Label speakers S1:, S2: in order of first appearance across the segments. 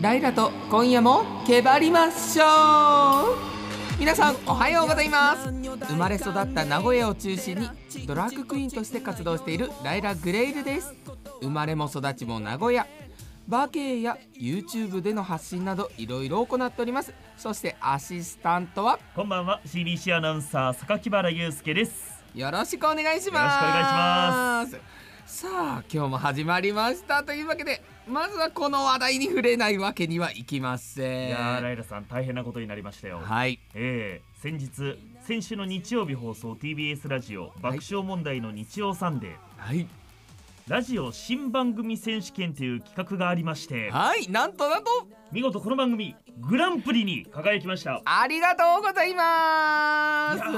S1: ライラと今夜もけばりましょう皆さんおはようございます生まれ育った名古屋を中心にドラッグクイーンとして活動しているライラ・グレイルです生まれも育ちも名古屋バーケーや YouTube での発信などいろいろ行っておりますそしてアシスタントは
S2: こんばんは CBC アナウンサー榊原祐介です
S1: よろしくお願いします
S2: よろしくお願いします
S1: さあ今日も始まりましたというわけでまずはこの話題に触れないわけにはいきません
S2: いやーライラさん大変なことになりましたよ、
S1: はい
S2: えー先日先週の日曜日放送 TBS ラジオ爆笑問題の日曜サンデー、
S1: はい
S2: ラジオ新番組選手権という企画がありまして
S1: はいなんとなんと
S2: 見事この番組グランプリに輝きました
S1: ありがとうございま
S2: い
S1: す
S2: や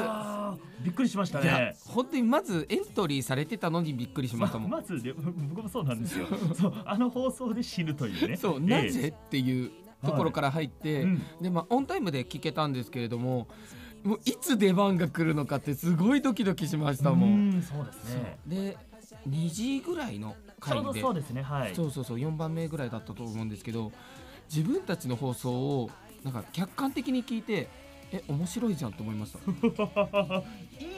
S2: ーびっくりしました
S1: いや
S2: ね
S1: 本当にまずエントリーされてたのにびっくりしま
S2: ま
S1: したもん、
S2: まずで僕もそうなんですよそうあの放送で死ぬというね
S1: そう
S2: え
S1: な
S2: え
S1: ぜっていうところから入って、
S2: うん
S1: でまあオンタイムで聞けたんですけれどももういつ出番が来るのかってすごいドキドキしましたも。
S2: うんんそうですね
S1: で2時ぐらいの
S2: ちょ
S1: 回
S2: うど
S1: で
S2: そうですねはい
S1: そうそうそう4番目ぐらいだったと思うんですけど自分たちの放送をなんか客観的に聞いてえ面白いじゃんと思いま した。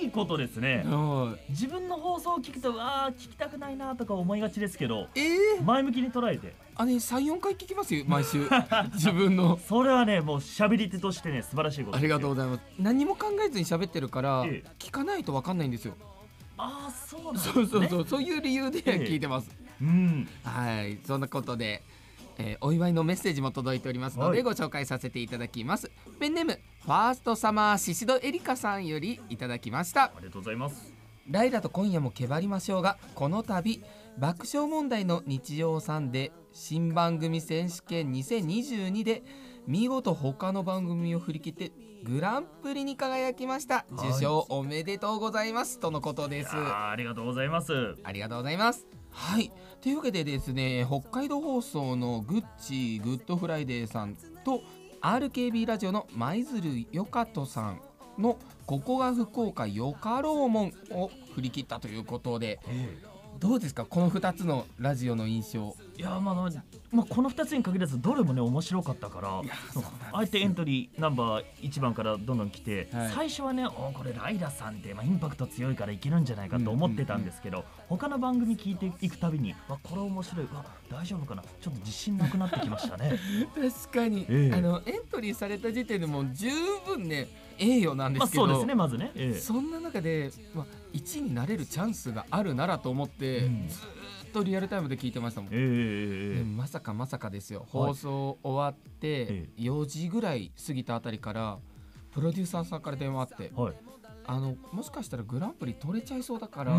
S2: いいことですね。
S1: はい
S2: 自分の放送を聞くと、ああ、聞きたくないなとか思いがちですけど、
S1: えー、
S2: 前向きに捉えて、
S1: あれ34回聞きますよ毎 週自分の。
S2: それはね、もう喋り手としてね、素晴らしいこと
S1: あ
S2: です
S1: り
S2: よ
S1: がとうございます何も考えずに喋ってるから
S2: ええ
S1: 聞かないと分かんないんですよ
S2: ああ、そうなんですね。
S1: そうそうそうそういう理由で
S2: ええ
S1: 聞いてます
S2: うん。
S1: はいそんなことで、えーお祝いのメッセージも届いておりますの
S2: は
S1: で
S2: い
S1: ご紹介させていただきますペンネームファーストサマーシシドエリカさんよりいただきました
S2: ありがとうございます。
S1: ライラと今夜もけばりましょうがこの度爆笑問題の日曜さんで新番組選手権2022で見事他の番組を振り切ってグランプリに輝きました
S2: はい
S1: 受賞おめでとうございますとのことです
S2: ああ、ありがとうございます。
S1: ありがとうございますはいというわけでですね北海道放送のグッチグッドフライデーさんと RKB ラジオの舞鶴よかとさんの「ここが福岡よかろうもん」を振り切ったということでどうですかこの2つのラジオの印象
S2: いやーまあまあ、まあ、この2つに限らずどれもね面白かったからそうあえてエントリーナンバー1番からどんどん来て、
S1: はい
S2: 最初はねおーこれライラさんって、まあ、インパクト強いからいけるんじゃないかと思ってたんですけど、他の番組聞いていくたびにわこれ面白いわ大丈夫かなちょっと自信なくなってきました ね
S1: 確かに、
S2: ええ
S1: あのエントリーされた時点でもう十分ね栄誉なんで
S2: まあ
S1: すけど、
S2: そうですねまずね、ええ
S1: そんな中で、まあ、1位になれるチャンスがあるならと思って、
S2: うん
S1: ずーっとリアルタイムで聞いてましたもん、
S2: ええええええ
S1: でもまさかまさかですよ放送終わって
S2: え
S1: 4時ぐらい過ぎたあたりからプロデューサーさんから電話あって
S2: はい
S1: あのもしかしたらグランプリ取れちゃいそうだ から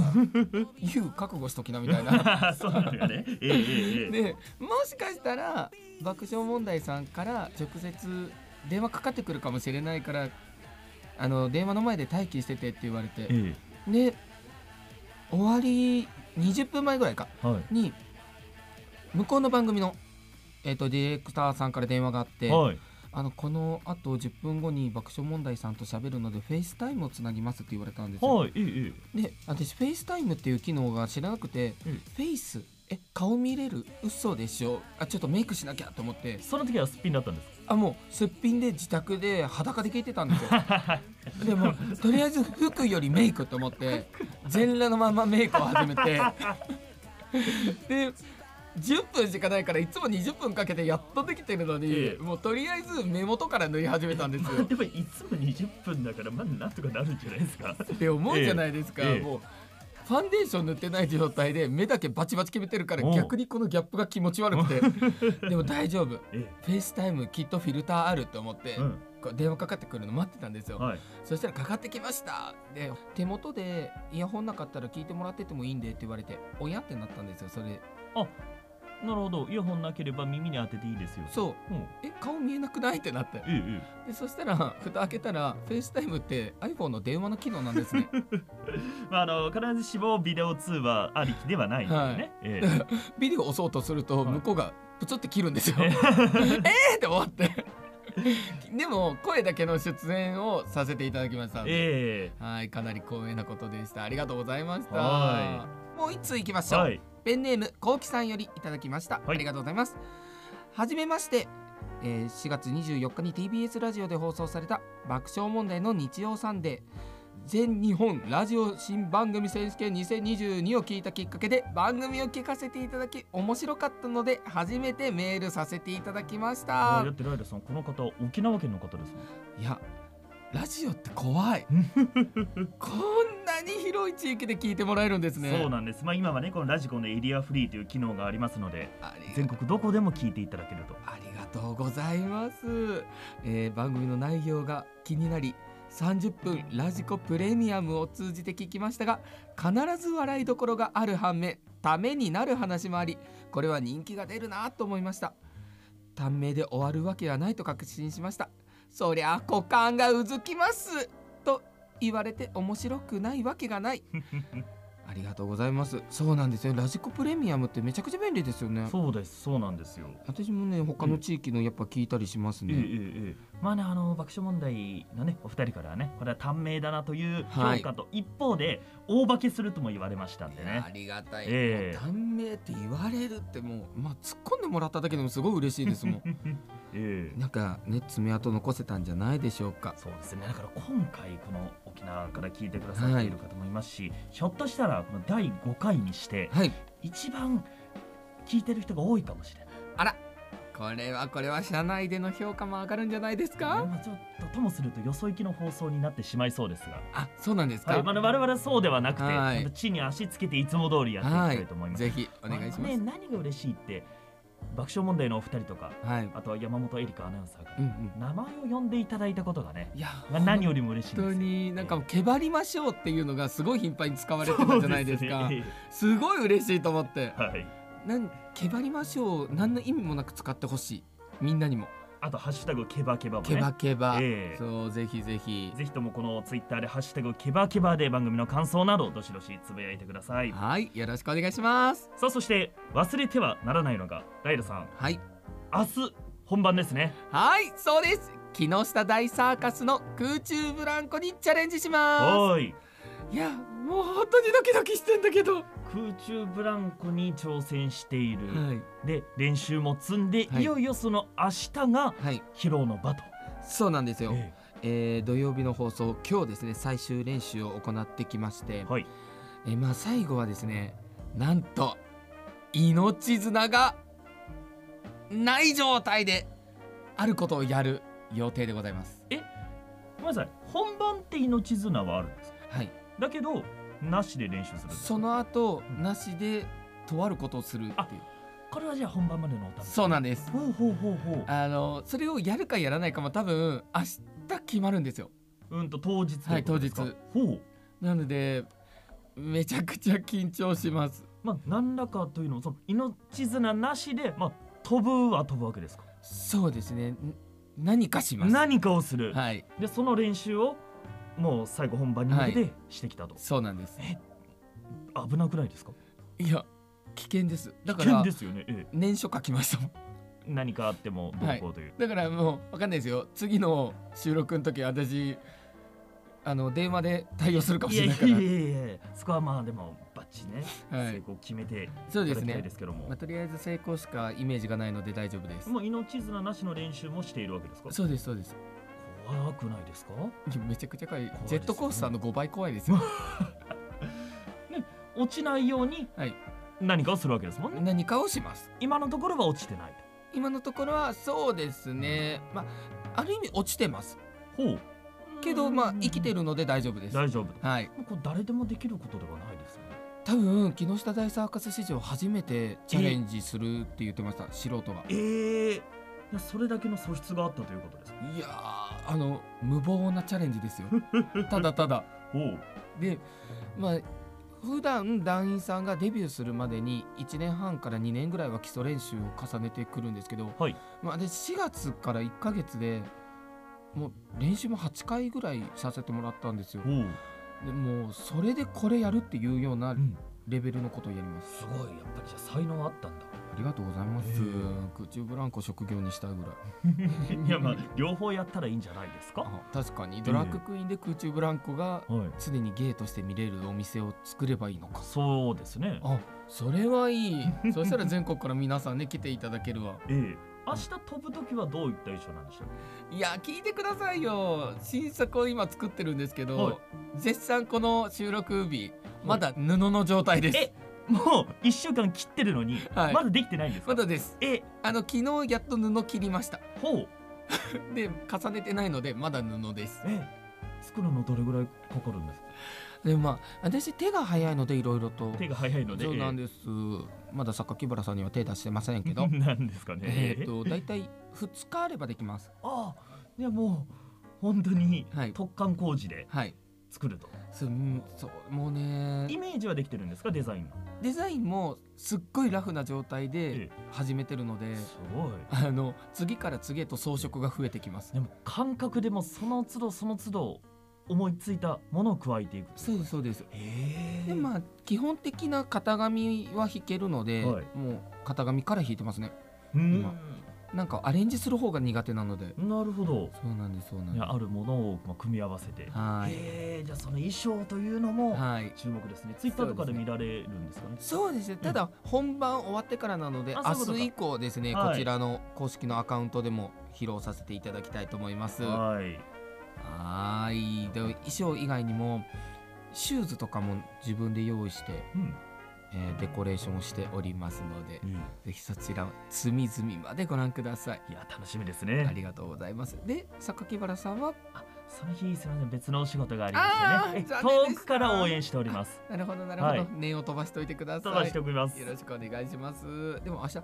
S1: 言う覚悟しときなみたいな。
S2: そうなんだよねえ えええええ
S1: でもしかしたら爆笑問題さんから直接電話かかってくるかもしれないからあの電話の前で待機しててって言われて。
S2: え
S1: で終わり20分前ぐらいか
S2: えはい
S1: に向こうの番組の、えー、とディレクターさんから電話があって、
S2: はい
S1: あのこのあと10分後に爆笑問題さんと喋るのでフェイスタイムをつなぎますって言われたんですよ、
S2: はいえええ
S1: で私フェイスタイムっていう機能が知らなくて、
S2: うん
S1: フェイスえ顔見れる嘘でしょあちょっとメイクしなきゃと思って
S2: えその時はすっぴんだったんです
S1: あもうすっぴんで自宅で裸で聞いてたんです よでもとりあえず服よりメイクと思って全裸のままメイクを始めて で10分しかないからいつも20分かけてやっとできてるのに、
S2: ええ
S1: もうとりあえず目元から塗り始めたん です
S2: まあ
S1: よ
S2: でもいつも20分だからまあなんとかなるんじゃないですか
S1: って思うじゃないですか、
S2: ええ
S1: もうファンデーション塗ってない状態で目だけバチバチ決めてるから
S2: おう
S1: 逆にこのギャップが気持ち悪くてでも大丈夫
S2: え
S1: フェイスタイムきっとフィルターあると思って、
S2: えうん
S1: こう電話かかってくるの待ってたんですよ、
S2: はい
S1: そしたらかかってきましたで手元でイヤホンなかったら聞いてもらっててもいいんでって言われて親ってなったんですよそれ
S2: なるほど、イヤホンなければ耳に当てていいですよ。
S1: そう
S2: うん。え
S1: え顔見えなくないってなって
S2: ええ
S1: でそしたら蓋開けたらフェイスタイムって iPhone の電話の機能なん ですね
S2: え。まああの必ずしもビデオ通話ありきではないんでね。
S1: はい
S2: え
S1: ビデオ押そうとすると
S2: はい
S1: 向こうがプツって切るんですよ、
S2: え
S1: えーって思ってでも声だけの出演をさせていただきましたので、
S2: え
S1: はいかなり光栄なことでしたありがとうございました
S2: は
S1: もう一通いきまし
S2: え
S1: ょう、
S2: はい。
S1: ペンネームこうきさんよりいただきました、
S2: はい
S1: ありがとうございますはじめまして、えー4月24日に TBS ラジオで放送された爆笑問題の日曜サンデー全日本ラジオ新番組選手権2022を聞いたきっかけで番組を聞かせていただき面白かったので初めてメールさせていただきまし
S2: あ
S1: た
S2: やってライラさんこの方沖縄県の方ですね
S1: いやラジオって怖 いこんなに広い地域で聞いてもらえるんですね
S2: そうなんですまあ今はねこのラジコのエリアフリーという機能がありますので
S1: ありが
S2: 全国どこでも聞いていただけると
S1: ありがとうございます、えー番組の内容が気になり30分ラジコプレミアムを通じて聞きましたが必ず笑いどころがある反面ためになる話もありこれは人気が出るなと思いました短命で終わるわけはないと確信しましたそりゃ股間がうずきますと言われて面白くないわけがないありがとうございますそうなんですよラジコプレミアムってめちゃくちゃ便利ですよね
S2: そうですそうなんですよ
S1: 私もね他の地域のやっぱ聞いたりします
S2: ええ
S1: ね、
S2: ええまあねあの爆笑問題のねお二人からはねこれは短命だなという評価と、一方で大化けするとも言われましたんで
S1: いや
S2: ね
S1: ありがたい、
S2: ええ
S1: もう短命って言われるってもう、まあ、突っ込んでもらっただけでもすごい嬉しいですもん
S2: ええ
S1: なんかね爪痕残せたんじゃないでしょうか
S2: そうですねだから今回この沖縄から聞いてくださっている方もいますし、ひょっとしたらこの第5回にして
S1: はい
S2: 一番聞いてる人が多いかもしれない、ね
S1: あらこれはこれは社内での評価も上がるんじゃないですか、
S2: まあ、ちょっとともするとよそ行きの放送になってしまいそうですが、
S1: あそうなんですか、
S2: はいまあ、我々はそうではなくて、
S1: はい
S2: ちゃんと地に足つけていつも通りやっていきたいと思います。
S1: ぜひお願いしま
S2: あ
S1: す
S2: のね、何が嬉しいって爆笑問題のお二人とか
S1: はい
S2: あとは山本恵里香アナウンサーから
S1: うんうん
S2: 名前を呼んでいただいたことがね、
S1: いや
S2: まあ、何よりも嬉しいんです
S1: 本当
S2: よ
S1: になんか「けばりましょう」っていうのがすごい頻繁に使われてたんじゃないですか
S2: そうね
S1: すごい嬉しいと思って
S2: はい
S1: なんけばりましょう何の意味もなく使ってほしいみんなにも
S2: あと「ハッシュタグケバケバ」も
S1: ケバ
S2: ね
S1: ケバ、
S2: ええ
S1: そうぜひぜひ
S2: ぜひともこのツイッターで「ハッシュタグケバケバ」で番組の感想などどしどしつぶやいてください
S1: はいよろしくお願いします
S2: さあそして忘れてはならないのがライラさん
S1: はい
S2: 明日本番ですね
S1: はいそうです木下大サーカスの空中ブランコにチャレンジしま
S2: おーい
S1: すいやもう本当にドキドキしてんだけどは
S2: 空中ブランコに挑戦している、で練習も積んで、
S1: はい
S2: い、よいよその明日が
S1: いはい
S2: 披露の場と、
S1: そうなんですよ、え
S2: え
S1: ー土曜日の放送今日ですね最終練習を行ってきまして、
S2: えはい
S1: えーまあ最後はですねなんと命綱がない状態であることをやる予定でございます
S2: ごめんなさい本番って命綱はあるんです
S1: はい
S2: だけどなしで練習するんです
S1: その後
S2: うん
S1: なしでとあることをするっていう
S2: これはじゃあ本番までのお楽しみ
S1: そうなんです
S2: ほうほうほうほう
S1: あのそれをやるかやらないかも多分明日決まるんですよ
S2: うんと当日とうことですか
S1: はい
S2: ほう
S1: なのでめちゃくちゃ緊張します
S2: まあ何らかというのもその命綱なしでまあ飛ぶは飛ぶわけですか
S1: そうですねん何かします
S2: 何かをする、
S1: はい
S2: でその練習をもう最後本番に向けてしてきたと、
S1: そうなんです
S2: 危なくないですか
S1: いや危険ですだか
S2: 危険
S1: ら
S2: ですよね、ええ、
S1: 年書書きましたもん
S2: 何かあってもどうこうという、
S1: だからもうわかんないですよ次の収録の時私あの電話で対応するかも
S2: い
S1: し
S2: や
S1: れ
S2: い
S1: ない
S2: や
S1: から
S2: いやいやそこはまあでもバッチリね、
S1: はい
S2: 成功決めてい
S1: そう
S2: た
S1: で
S2: だ
S1: す
S2: きたい
S1: ね
S2: ですけども、
S1: まあ、とりあえず成功しかイメージがないので大丈夫です
S2: もう命綱なしの練習もしているわけですか
S1: そうですそうです
S2: 怖くないですか、
S1: いやめちゃくちゃ怖い
S2: 怖いです
S1: ジェ
S2: ね
S1: ットコースターの5倍怖いですよ
S2: 落ちないように
S1: はい
S2: 何かをするわけですもんね
S1: 何かをします
S2: 今のところは落ちてない
S1: 今のところはそうですねまあある意味落ちてます
S2: とほう
S1: けどまあ生きて
S2: る
S1: るので大丈夫です
S2: 大丈夫
S1: はい
S2: これ誰でもできることではないですね
S1: 多分木下大サーカス史上初めてチャレンジするって言ってました素人が
S2: ええそれだけの素質があったということです
S1: いやーあの無謀なチャレンジ ですよただただ
S2: ほう
S1: でまあ普段団員さんがデビューするまでに1年半から2年ぐらいは基礎練習を重ねてくるんですけど、
S2: はい
S1: まあ、で4月から1ヶ月でもう練習も8回ぐらいさせてもらったんですよ
S2: ほう、
S1: でもうそれでこれやるっていうような
S2: うん、
S1: レベルのことをやります
S2: すごいやっぱりじゃあ才能あったんだ
S1: ありがとうございます
S2: へえ
S1: 空中ブランコ職業にしたいぐらい
S2: いやまあ両方やったらいいんじゃないですかは
S1: あ確かにドラッグクイーンで空中ブランコが
S2: い
S1: 常にゲーとして見れるお店を作ればいいのか
S2: そうですね
S1: あそれはいいそしたら全国から皆さんね来ていただけるわ
S2: ええ明日飛ぶ時はどういった衣装なんでしょう
S3: いや聞いてくださいよ新作を今作ってるんですけど、
S2: はい
S3: 絶賛この収録日まだ布の状態です、
S2: えもう1週間切ってるのに、
S3: はい
S2: まだできてないんですか
S3: まだです
S2: え
S3: あの昨日やっと布切りました
S2: ほう
S3: で重ねてないのでまだ布です
S2: え作るのどれぐらいかかるんですか
S1: でもまあ私手が早いのでいろいろと
S2: 手が早いので
S1: そうなん
S2: で
S1: ですまだ榊原さんには手出してませんけど
S2: なんですかね
S1: えっと大体2日あればできます
S2: ああいやもう本当に
S1: はい
S2: 突貫工事で
S1: はい
S2: 作ると、
S1: すんそうもうね
S2: イメージはできてるんですかデザインが
S1: デザインもすっごいラフな状態
S2: ええ
S1: で始めてるので、
S2: すごい
S1: あの次から次へと装飾が増えてきます
S2: でも感覚でもその都度その都度思いついたものを加えていくと
S1: そうですそうです
S2: へえ
S1: でまあ基本的な型紙は弾けるので、
S2: はい
S1: もう型紙から弾いてますね
S2: うん
S1: まなんかアレンジする方が苦手なので
S2: なるほど
S1: そうなんですそうなん
S2: い
S1: で
S2: やあるものをまあ組み合わせて
S1: すはい
S2: へえじゃあその衣装というのも
S1: はい
S2: 注目ですね、ツイッターとかで見られるんですかね
S1: そうですねただ本番終わってからなので、
S2: あそういうこと
S1: 明日以
S2: か
S1: 降ですね、
S2: はい
S1: こちらの公式のアカウントでも披露させていただきたいと思いますは
S2: はい
S1: ーいで衣装以外にもシューズとかも自分で用意して、
S2: うん、
S1: えーデコレーションをしておりますので
S2: うん
S1: ぜひそちら隅々までご覧ください
S2: いや楽しみです
S1: あ
S2: ね
S1: りがとうございます。で、榊原さんは、
S2: あその日すみません別のお仕事がありましてね
S3: あー
S2: え
S3: 残念で
S2: 遠
S3: した
S2: くから応援しております
S1: なるほどなるほど、
S2: はい
S1: 念を飛ばしておいてくだ
S2: 飛ば
S1: さ
S2: し
S1: い。
S2: て
S1: よ
S2: おきます
S1: ろしくお願いします。でも明日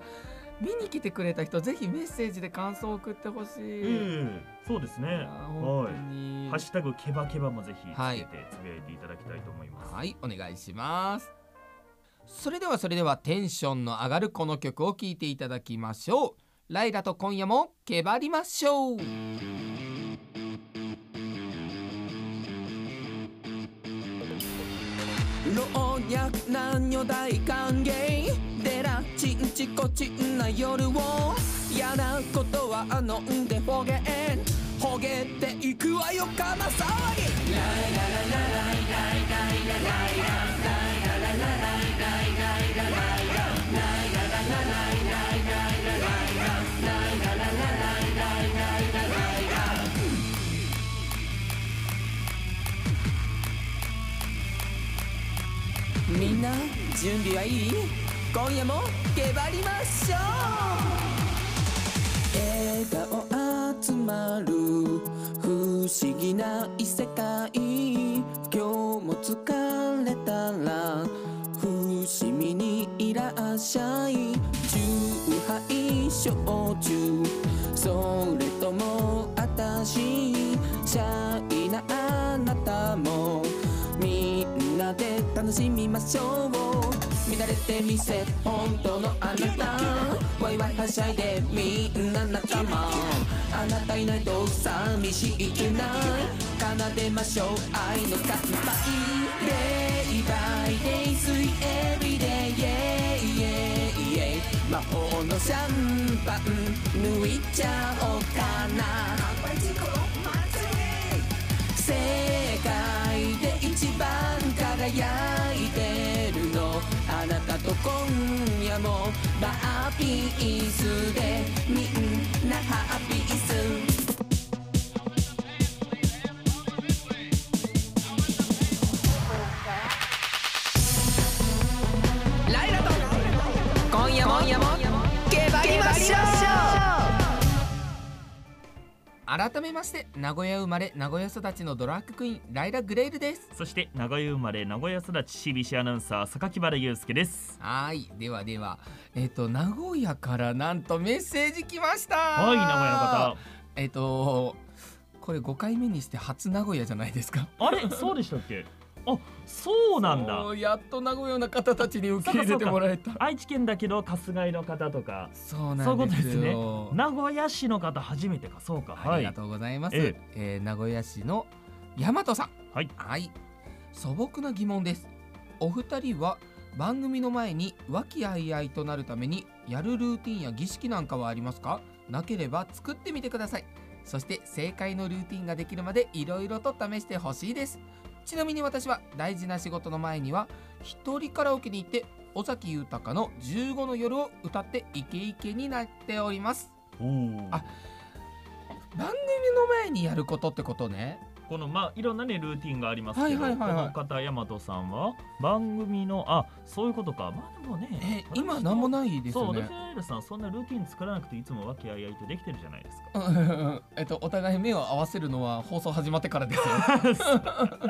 S1: 見に来てくれた人、ぜひメッセージで感想を送ってほし
S2: え
S1: い。
S2: えそうです
S1: い
S2: ね
S1: や本当に。
S2: ハッシュタグケバケバもぜひつ
S1: はい
S2: けてつぶやいていただきたいと思います。
S1: はい、お願いします。それではそれではテンションの上がるこの曲を聴いていただきましょう。ライラと今夜もけばりましょう。
S3: 老若男女大歓迎でらちんちこちんな夜を嫌なことは飲んでほげんほげていくわよかま騒ぎみんな準備はいい今夜もけばりましょう笑顔集まる不思議な異世界今日も疲れたら伏見にいらっしゃい酎ハイ焼酎それともあたしシャイなあなたもみんなで楽しみましょう乱れてみせ本当のあなたワイワイはしゃいでみんな仲間あなたいないと寂しいけない奏でましょう愛の乾杯 Day by day 水 everyday yeah, yeah, yeah 魔法のシャンパン抜いちゃおうかな世界で一番輝いてるのあなたと今夜もバーピースでみんなハッピースライラと今夜もけばりましょう
S1: 改めまして、名古屋生まれ名古屋育ちのドラッグクイーンライラグレールです。
S2: そして名古屋生まれ名古屋育ち CBC アナウンサー榊原祐介です。
S1: はい、ではでは、えっ、と名古屋からなんとメッセージ来ました。
S2: はい名古屋の方。
S1: えっ、とこれ5回目にして初名古屋じゃないですか。
S2: あれそうでしたっ け？あそうなんだ
S1: も。うやっと名古屋の方たちに受け入れてもらえた。
S2: 愛知県だけど春日井の方とか
S1: そう
S2: そういう
S1: な
S2: こ
S1: ん
S2: と
S1: で
S2: ですすね
S1: よ。
S2: 名古屋市の方初めてかそうか
S1: あ
S2: は
S1: り
S2: い
S1: がとうございます。
S2: え
S1: えー名古屋市の大和さん。
S2: はい
S1: 素朴な疑問です。お二人は番組の前に和気あいあいとなるためにやるルーティンや儀式なんかはありますかなければ作ってみてくださいそして正解のルーティンができるまでいろいろと試してほしいですちなみに私は大事な仕事の前には一人カラオケに行って尾崎豊の15の夜を歌ってイケイケになっております
S2: おー
S1: あ番組の前にやることってことね
S2: このまあいろんなねルーティンがありますけど、
S1: はいはいはいはい
S2: この方大和さんは番組のあそういうことかまあでもね
S1: え今何もないです
S2: そう
S1: よ
S2: 私
S1: ね
S2: とライラさんそんなルーティン作らなくていつも和気あいあいとできてるじゃない ですか
S1: えっとお互い目を合わせるのは放送始まってからですよ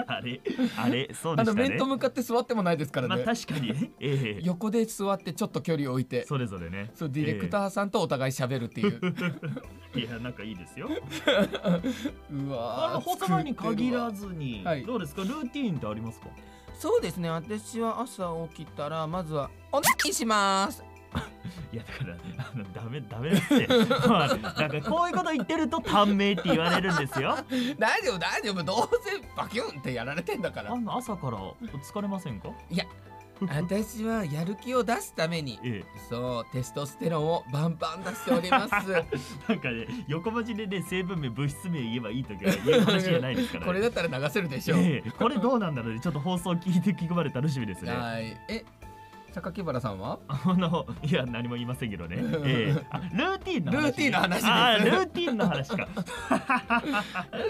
S2: あれあれそう
S1: あ
S2: で
S1: の
S2: したね
S1: 面と向かって座ってもないですから
S2: まあ
S1: ね、
S2: 確か にええ
S1: 横で座ってちょっと距離を置いて
S2: それぞれね
S1: そうディレクターさんとお互い喋るっていう、
S2: ええいやなんかいいですよ
S1: う
S2: あ
S1: わー
S2: の放送前に限
S1: 作
S2: ら
S1: って
S2: ずに、
S1: はい
S2: どうですかルーティーンってありますか
S1: るわそうですね私は朝起きたらまずはおねきします
S2: いやだからあのダメダメだって、 まあ、なんかこういうこと言ってると短命って言われるんですよ
S1: 大丈夫大丈夫どうせバキュンってやられてんだから
S2: あの朝から疲れませんか
S1: 私はやる気を出すために
S2: ええ
S1: そうテストステロンをバンバン出しております
S2: なんかね、横文字でね、成分名、物質名言えばいいとか言う話じゃないですから、ね。
S1: これだったら流せるでしょう
S2: ええこれどうなんだろうね、ちょっと放送聞いて聞くまで楽し みですね。あ
S1: はい。え、榊原さんは？
S2: の、いや、何も言いません けどね。ええあルーティンの話、
S1: ルーティンの話です
S2: あールーティンの話か。
S1: や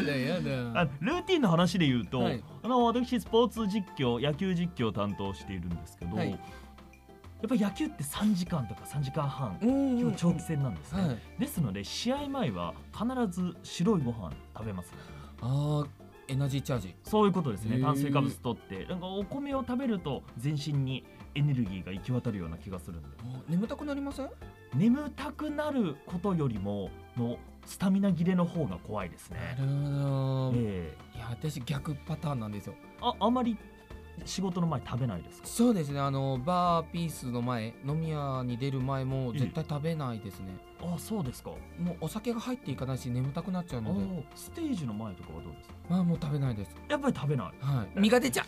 S1: だや
S2: あ
S1: だ。
S2: ルーティンの話で言うと、
S1: はい
S2: あの私スポーツ実況野球実況を担当しているんですけど、
S1: はい
S2: やっぱり野球って3時間とか3時間半、
S1: うん
S2: 今日長期戦なんですね、
S1: はい。
S2: ですので試合前は必ず白いご飯食べます、
S1: ああ、エナジーチャージ。
S2: そういうことです
S1: へ
S2: ね
S1: ー
S2: 炭水化物とってなんかお米を食べると全身にエネルギーが行き渡るような気がするんで
S1: あ眠たくなりません？
S2: 眠たくなることよりものスタミナ切れの方が怖いです
S1: な
S2: ね、
S1: るほど。い
S2: え
S1: や、私逆パターンなんですよ。
S2: えああまり仕事の前食べないですか
S1: そうですね。あのバーピースの前、飲み屋に出る前も
S2: ええ
S1: 絶対食べないですね。
S2: あそうですか
S1: もうお酒が入っていかないし眠たくなっちゃう
S2: あ
S1: ので、
S2: ーステージの前とかはどうですか
S1: まあもう食べないです。
S2: やっぱり食べない
S1: はい。身が出ちゃう。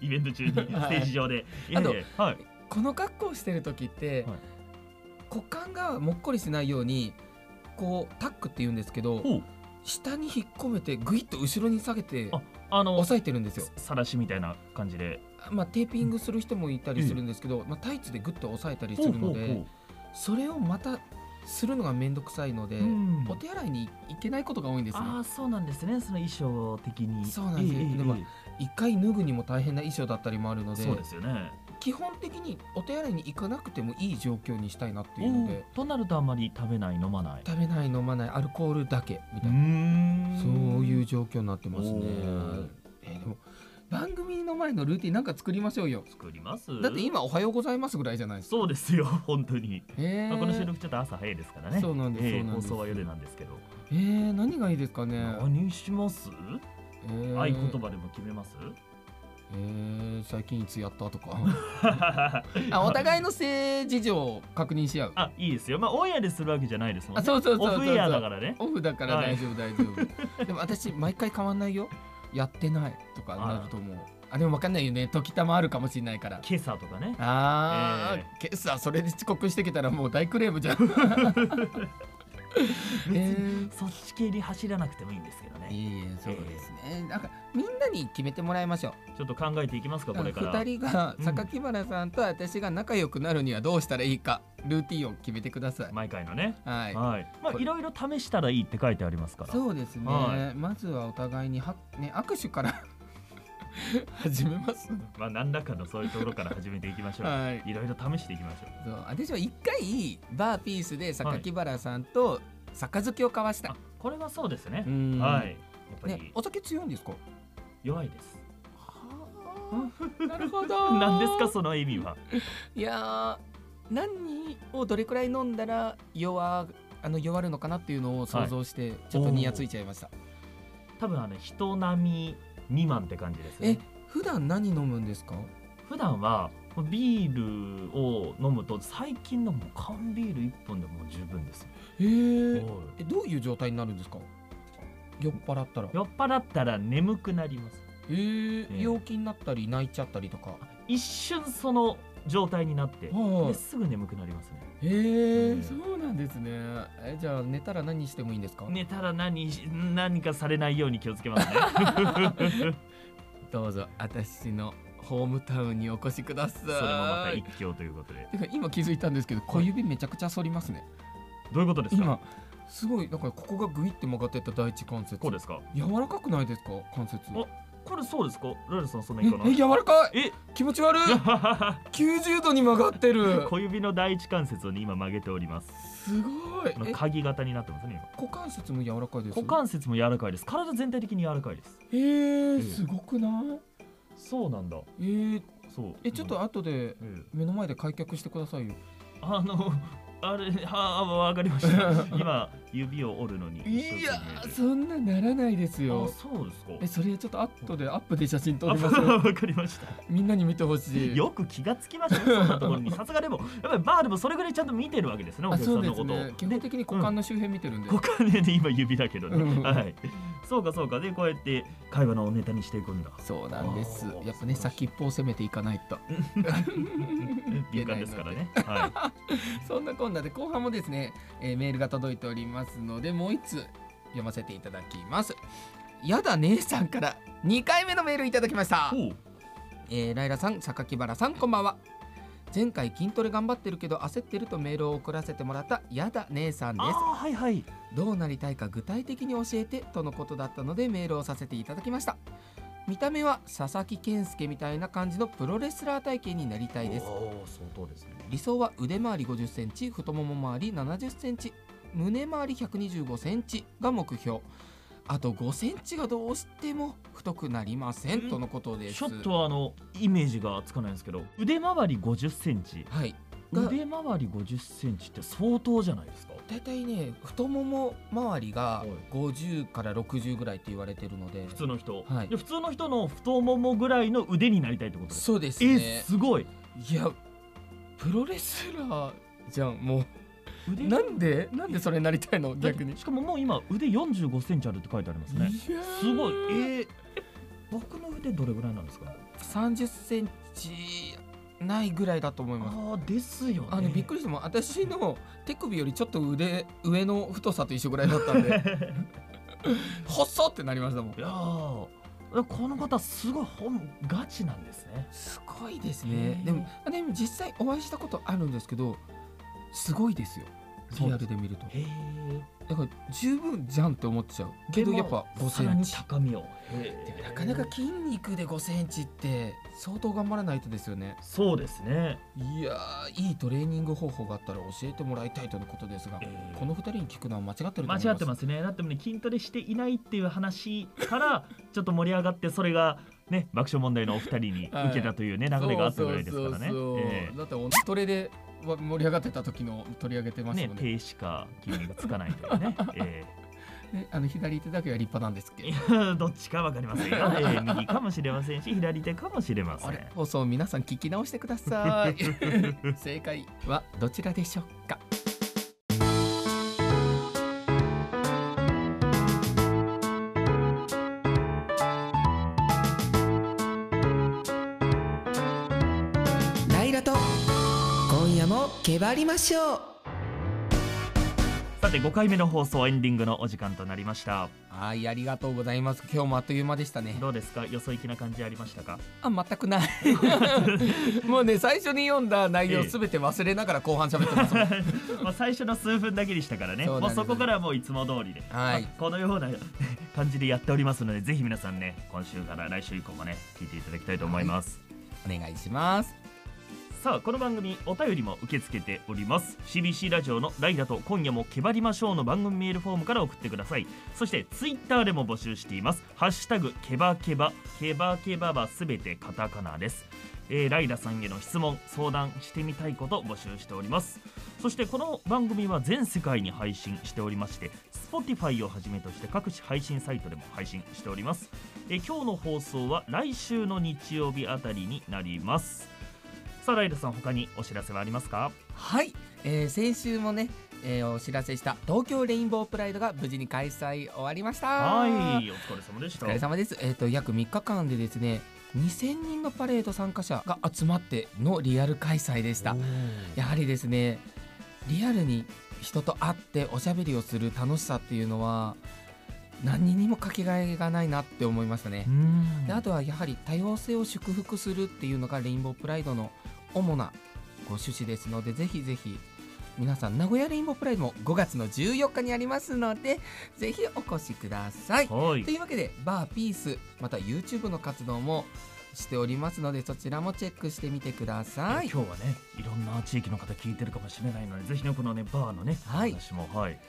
S2: イベント中にステージ上で、いやいやはい
S1: この格好してる時って、
S2: はい
S1: 股間がもっこりしないようにこうタックって言うんですけど
S2: ほう
S1: 下に引っ込めてグイッと後ろに下げて
S2: ああの
S1: 押さえてるんですよ、
S2: さらしみたいな感じで
S1: まあ、テーピングする人もいたりするんですけど、まあ、タイツでグッと押さえたりするのでそれをまたするのが面倒くさいので、
S2: うん
S1: お手洗いに行けないことが多いんですね
S2: ああそうなんですねその衣装的に
S1: そうなんですよ
S2: ええええ
S1: でも
S2: ええ
S1: 一回脱ぐにも大変な衣装だったりもあるので
S2: そうですよね
S1: 基本的にお手洗いに行かなくてもいい状況にしたいなっていう
S2: お
S1: の
S2: う
S1: で
S2: となるとあんまり食べない飲まない
S1: 食べない飲まないアルコールだけみたいな。
S2: ん
S1: そういう状況になってますね
S2: おー。
S1: えーでも番組の前のルーティンなんか作りましょうよ。
S2: 作ります
S1: だって今おはようございますぐらいじゃないですか。
S2: そうですよ 本当に、
S1: え
S2: まあこの収録ちょっと朝早いですからね
S1: そうなんです
S2: ええ
S1: そうなんです
S2: 放送は夜なんですけど、
S1: えー何がいいですかね。
S2: 何します、
S1: えー
S2: 合言葉でも決めます
S1: えー最近いつやったとか。 あお互いの性事情を確認し合う。
S2: あいいですよまあオンエアでするわけじゃないですも
S1: あ
S2: んね
S1: そうそうそうそう
S2: オフエアだからね
S1: オフだから
S2: はい
S1: 大丈夫大丈夫。でも私毎回変わんないよ。やってないとかなると思う。あでもわかんないよね。時たまあるかもしれないから。
S2: 今朝とかね
S1: あー、
S2: え
S1: 今朝それで遅刻してきたらもう大クレー ムじゃん。えー
S2: そっち系に走らなくてもいいんですけどね
S1: いいえそうですね。なんかみんなに決めてもらいましょう。
S2: ちょっと考えていきますかこれから
S1: 二人が
S2: うん
S1: 榊原さんと私が仲良くなるにはどうしたらいいか、ルーティンを決めてください。
S2: 毎回のね
S1: はい。
S2: はいまあいろいろ試したらいいって書いてありますから
S1: そうですね。
S2: は
S1: まずはお互いにはね握手から 始めます。
S2: まあ何らかのそういうところから始めていきましょう、
S1: はい。
S2: いろいろ試していきましょ
S1: そ
S2: う。
S1: う私は一回バーピースで榊原さんと杯を交わした。
S2: あ、これはそうですね
S1: う。ん
S2: はい。やっぱ
S1: ね
S2: り、
S1: お酒強いんですか。
S2: 弱いです。
S1: なるほど。
S2: 何ですかその意味は。
S1: いやー、何をどれくらい飲んだら弱あの弱るのかなっていうのを想像して、ちょっとニヤついちゃいました。
S2: 多分あの人並み未満って感じです
S1: え
S2: ね。、
S1: 普段何飲むんですか。
S2: 普段はビールを飲むと最近のもう缶ビール一本でもう十分です。
S1: へー
S2: おい
S1: え、どういう状態になるんですか。酔っ払ったら。
S2: 酔っ払ったら眠くなります。
S1: へえ
S2: え
S1: 陽気になったり泣いちゃったりとか
S2: 一瞬その状態になって、
S1: はい
S2: ですぐ眠くなりますね
S1: へえ
S2: うん
S1: そうなんですねえじゃあ寝たら何してもいいんですか
S2: 寝たら何何かされないように気をつけますね
S1: どうぞ私のホームタウンにお越しください
S2: それもまた一興ということで
S1: てか今気づいたんですけど小指めちゃくちゃ反りますね
S2: どういうことですか
S1: 今すごいだからここがグイって曲がってた第一関節
S2: こうですか
S1: 柔らかくないですか関節
S2: おこれそうですかラルさんそんな
S1: え
S2: にいいかな
S1: え柔らかい
S2: え
S1: 気持ち悪い 90度に曲がって る
S2: 小指の第一関節をね今曲げております
S1: すごい
S2: あの
S1: え
S2: 鍵型になってますね
S1: 股関節も柔らかいで
S2: 今
S1: す
S2: 股関節も柔らかいです体全体的に柔らかいです
S1: え
S2: え
S1: ー、
S2: え
S1: すごくない
S2: そうなんだ
S1: えー、
S2: そう
S1: えちょっと後で
S2: うんええ
S1: 目の前で開脚してくださいよ
S2: あのあれはあわかりました 今指を折るのに
S1: い
S2: 一生懸命
S1: や
S2: で
S1: ーそんなならないです
S2: あ
S1: よ
S2: そうですか
S1: えそれちょっと後でアップで写真撮
S2: あ
S1: りますよ
S2: わかりました
S1: みんなに見てほしい
S2: よく気がつきま したねそんなところにさすがでもやっぱりバーでもそれぐらいちゃんと見てるわけですねお
S1: あ
S2: 客さ
S1: そうんで
S2: の
S1: す
S2: ことを
S1: ね基本的に股間の周辺見てるんで、
S2: 股間でね今指だけど
S1: うんう
S2: ね
S1: ん
S2: はいそうかそうかでこうやって会話のネタにしていくんだ
S1: そうなんです
S2: あー
S1: やっぱね先っぽを攻めていかないと
S2: 敏感ですからねは
S1: そんなこんなで後半もですね、えーメールが届いておりますのでもう一つ読ませていただきますやだ姉さんから2回目のメールいただきました
S2: いほう
S1: えーライラさん榊原さんこんばんは前回筋トレ頑張ってるけど焦ってるとメールを送らせてもらったやだ姉さんです
S2: ああはいはい
S1: どうなりたいか具体的に教えてとのことだったのでメールをさせていただきました見た目は佐々木健介みたいな感じのプロレスラー体型になりたいです
S2: おー相当ですね
S1: 理想は腕周り5 0センチ太もも周り7 0センチ胸周り1 2 5センチが目標あと5センチがどうしても太くなりません
S2: ん
S1: とのことです
S2: ちょっとあのイメージがつかないんですけど腕周り5 0センチ
S1: はいが
S2: 腕周り5 0センチって相当じゃないですか
S1: 大体ね太もも周りが
S2: はい
S1: 50から60ぐらいって言われてるので
S2: 普通の人、
S1: はい
S2: で普通の人の太ももぐらいの腕になりたいってことです
S1: そうです
S2: え
S1: ね
S2: すごい
S1: いやプロレスラーじゃんもう
S2: 腕
S1: なんでなんでそれになりたいの
S2: だっ
S1: 逆
S2: て
S1: に
S2: しかももう今腕4 5センチあるって書いてありますねすごいえー、え僕の腕どれぐらいなんですか
S1: 3 0センチないぐらいだと思います
S2: ああですよね
S1: あのびっくりしたもん私の手首よりちょっと腕上の太さと一緒ぐらいだったん で細っってなりましたもん
S2: いやーこの方すごい本ガチなんですね
S1: すごいです
S2: ね
S1: でもあでも実際お会いしたことあるんですけどすごいですよリアルで見ると
S2: へ
S1: だから十分じゃんって思っちゃう
S2: え
S1: けどやっぱ5
S2: さ
S1: セ
S2: ら
S1: ン
S2: に
S1: チ
S2: 高みを
S1: で
S2: へ
S1: も
S2: ー
S1: なかなか筋肉で5センチって相当頑張らないとですよね
S2: そうですね、
S1: いやーいいトレーニング方法があったら教えてもらいたいとのことですがこの2人に聞くのは間違ってると思います
S2: 間違ってますねだってもうね筋トレしていないっていう話から ちょっと盛り上がってそれがね爆笑問題のお二人に
S1: はい
S2: 受けたというね流れがあったぐらいですから
S1: そうそ
S2: ね
S1: うそう
S2: え
S1: だってオントレでわ盛り上がってた時の取り上げて
S2: え
S1: ました
S2: ね
S1: もんね。ね
S2: 手しか筋肉がつかないとい うね、え
S1: あの左手だけは立派なんですけ
S2: え
S1: ど
S2: い。やどっちかわかりませんよ、 ええ右かもしれませんし左手かもしれませ
S1: あ
S2: ん
S1: れ放送皆さん聞き直してくだ さい正解はどちらでしょうか
S3: ライラと今夜もけばりましょう
S2: さて5回目の放送エンディングのお時間となりました
S1: はいありがとうございます今日もあっという間でしたね
S2: どうですかよそ行きな感じありましたか
S1: あ全くない もうね最初に読んだ内容すべて忘れながら後半喋って ますもん
S2: まあ最初の数分だけでしたからね
S1: そうなん
S2: そも
S1: です
S2: うそこからはもういつも通りで、
S1: はい
S2: まあこのような 感じでやっておりますのでぜひ皆さんね今週から来週以降もね聞いていただきたいと思います、
S1: お願いします
S2: さあこの番組お便りも受け付けております CBC ラジオの「ライダと今夜もけばりましょう」の番組メールフォームから送ってくださいそしてツイッターでも募集しています「ハッシュタグけばけばけばけばはすべてカタカナ」ですえーライダさんへの質問相談してみたいこと募集しておりますそしてこの番組は全世界に配信しておりまして Spotify をはじめとして各種配信サイトでも配信しております、えー今日の放送は来週の日曜日あたりになりますさあライダさん他にお知らせはありますか
S1: はい、えー先週もね、えーお知らせした東京レインボープライドが無事に開催終わりました
S2: はいお疲れ様でし
S1: お
S2: た
S1: 疲れ様ですえっ、と約3日間でですね2000人のパレード参加者が集まってのリアル開催でした
S2: おー
S1: やはりですねリアルに人と会っておしゃべりをする楽しさっていうのは何にもかけがえがないなって思いましたね
S2: う。ん
S1: であとはやはり多様性を祝福するっていうのがレインボープライドの主なご趣旨ですのでぜひぜひ皆さん名古屋レインボープライドも5月の14日にありますのでぜひお越しください。
S2: はい
S1: というわけでバーピースまた YouTube の活動もしておりますのでそちらもチェックしてみてください。
S2: 今日はねいろんな地域の方聞いてるかもしれないのでぜひねこのねバーのね、
S1: はい
S2: 話もはい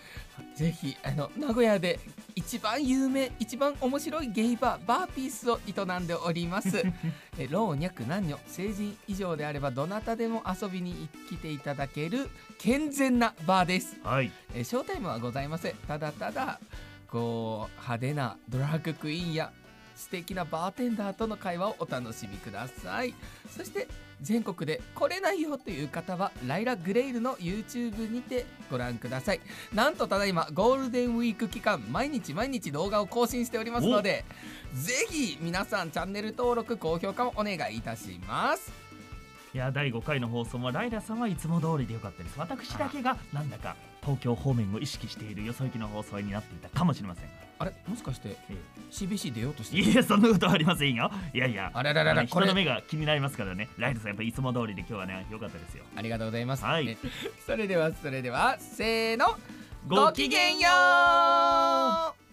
S1: ぜひあの名古屋で一番有名一番面白いゲイバーバーピースを営んでおります え老若男女成人以上であればどなたでも遊びに来ていただける健全なバーです
S2: はい
S1: えショータイムはございませんただただこう派手なドラッグクイーンや素敵なバーテンダーとの会話をお楽しみくださいそして全国で来れないよという方はライラ・グレイルの YouTube にてご覧くださいなんとただいまゴールデンウィーク期間毎日毎日動画を更新しておりますのでぜひ皆さんチャンネル登録高評価もお願いいたします
S2: いや第5回の放送もライラさんはいつも通りでよかったです私だけがなんだか東京方面を意識しているよそ行きの放送になっていたかもしれません
S1: あれもしかして
S2: え
S1: CBC 出ようとし
S2: え
S1: てる
S2: いやそんなことはありませんよいやいや
S1: あららら
S2: あ
S1: ら
S2: の
S1: こ
S2: 人
S1: れ
S2: の目が気になりますからねライラさんやっぱいつも通りで今日はね良かったですよ
S1: ありがとうございます、
S2: はい
S1: ねそれではそれではせーの
S2: ごきげんよ
S1: う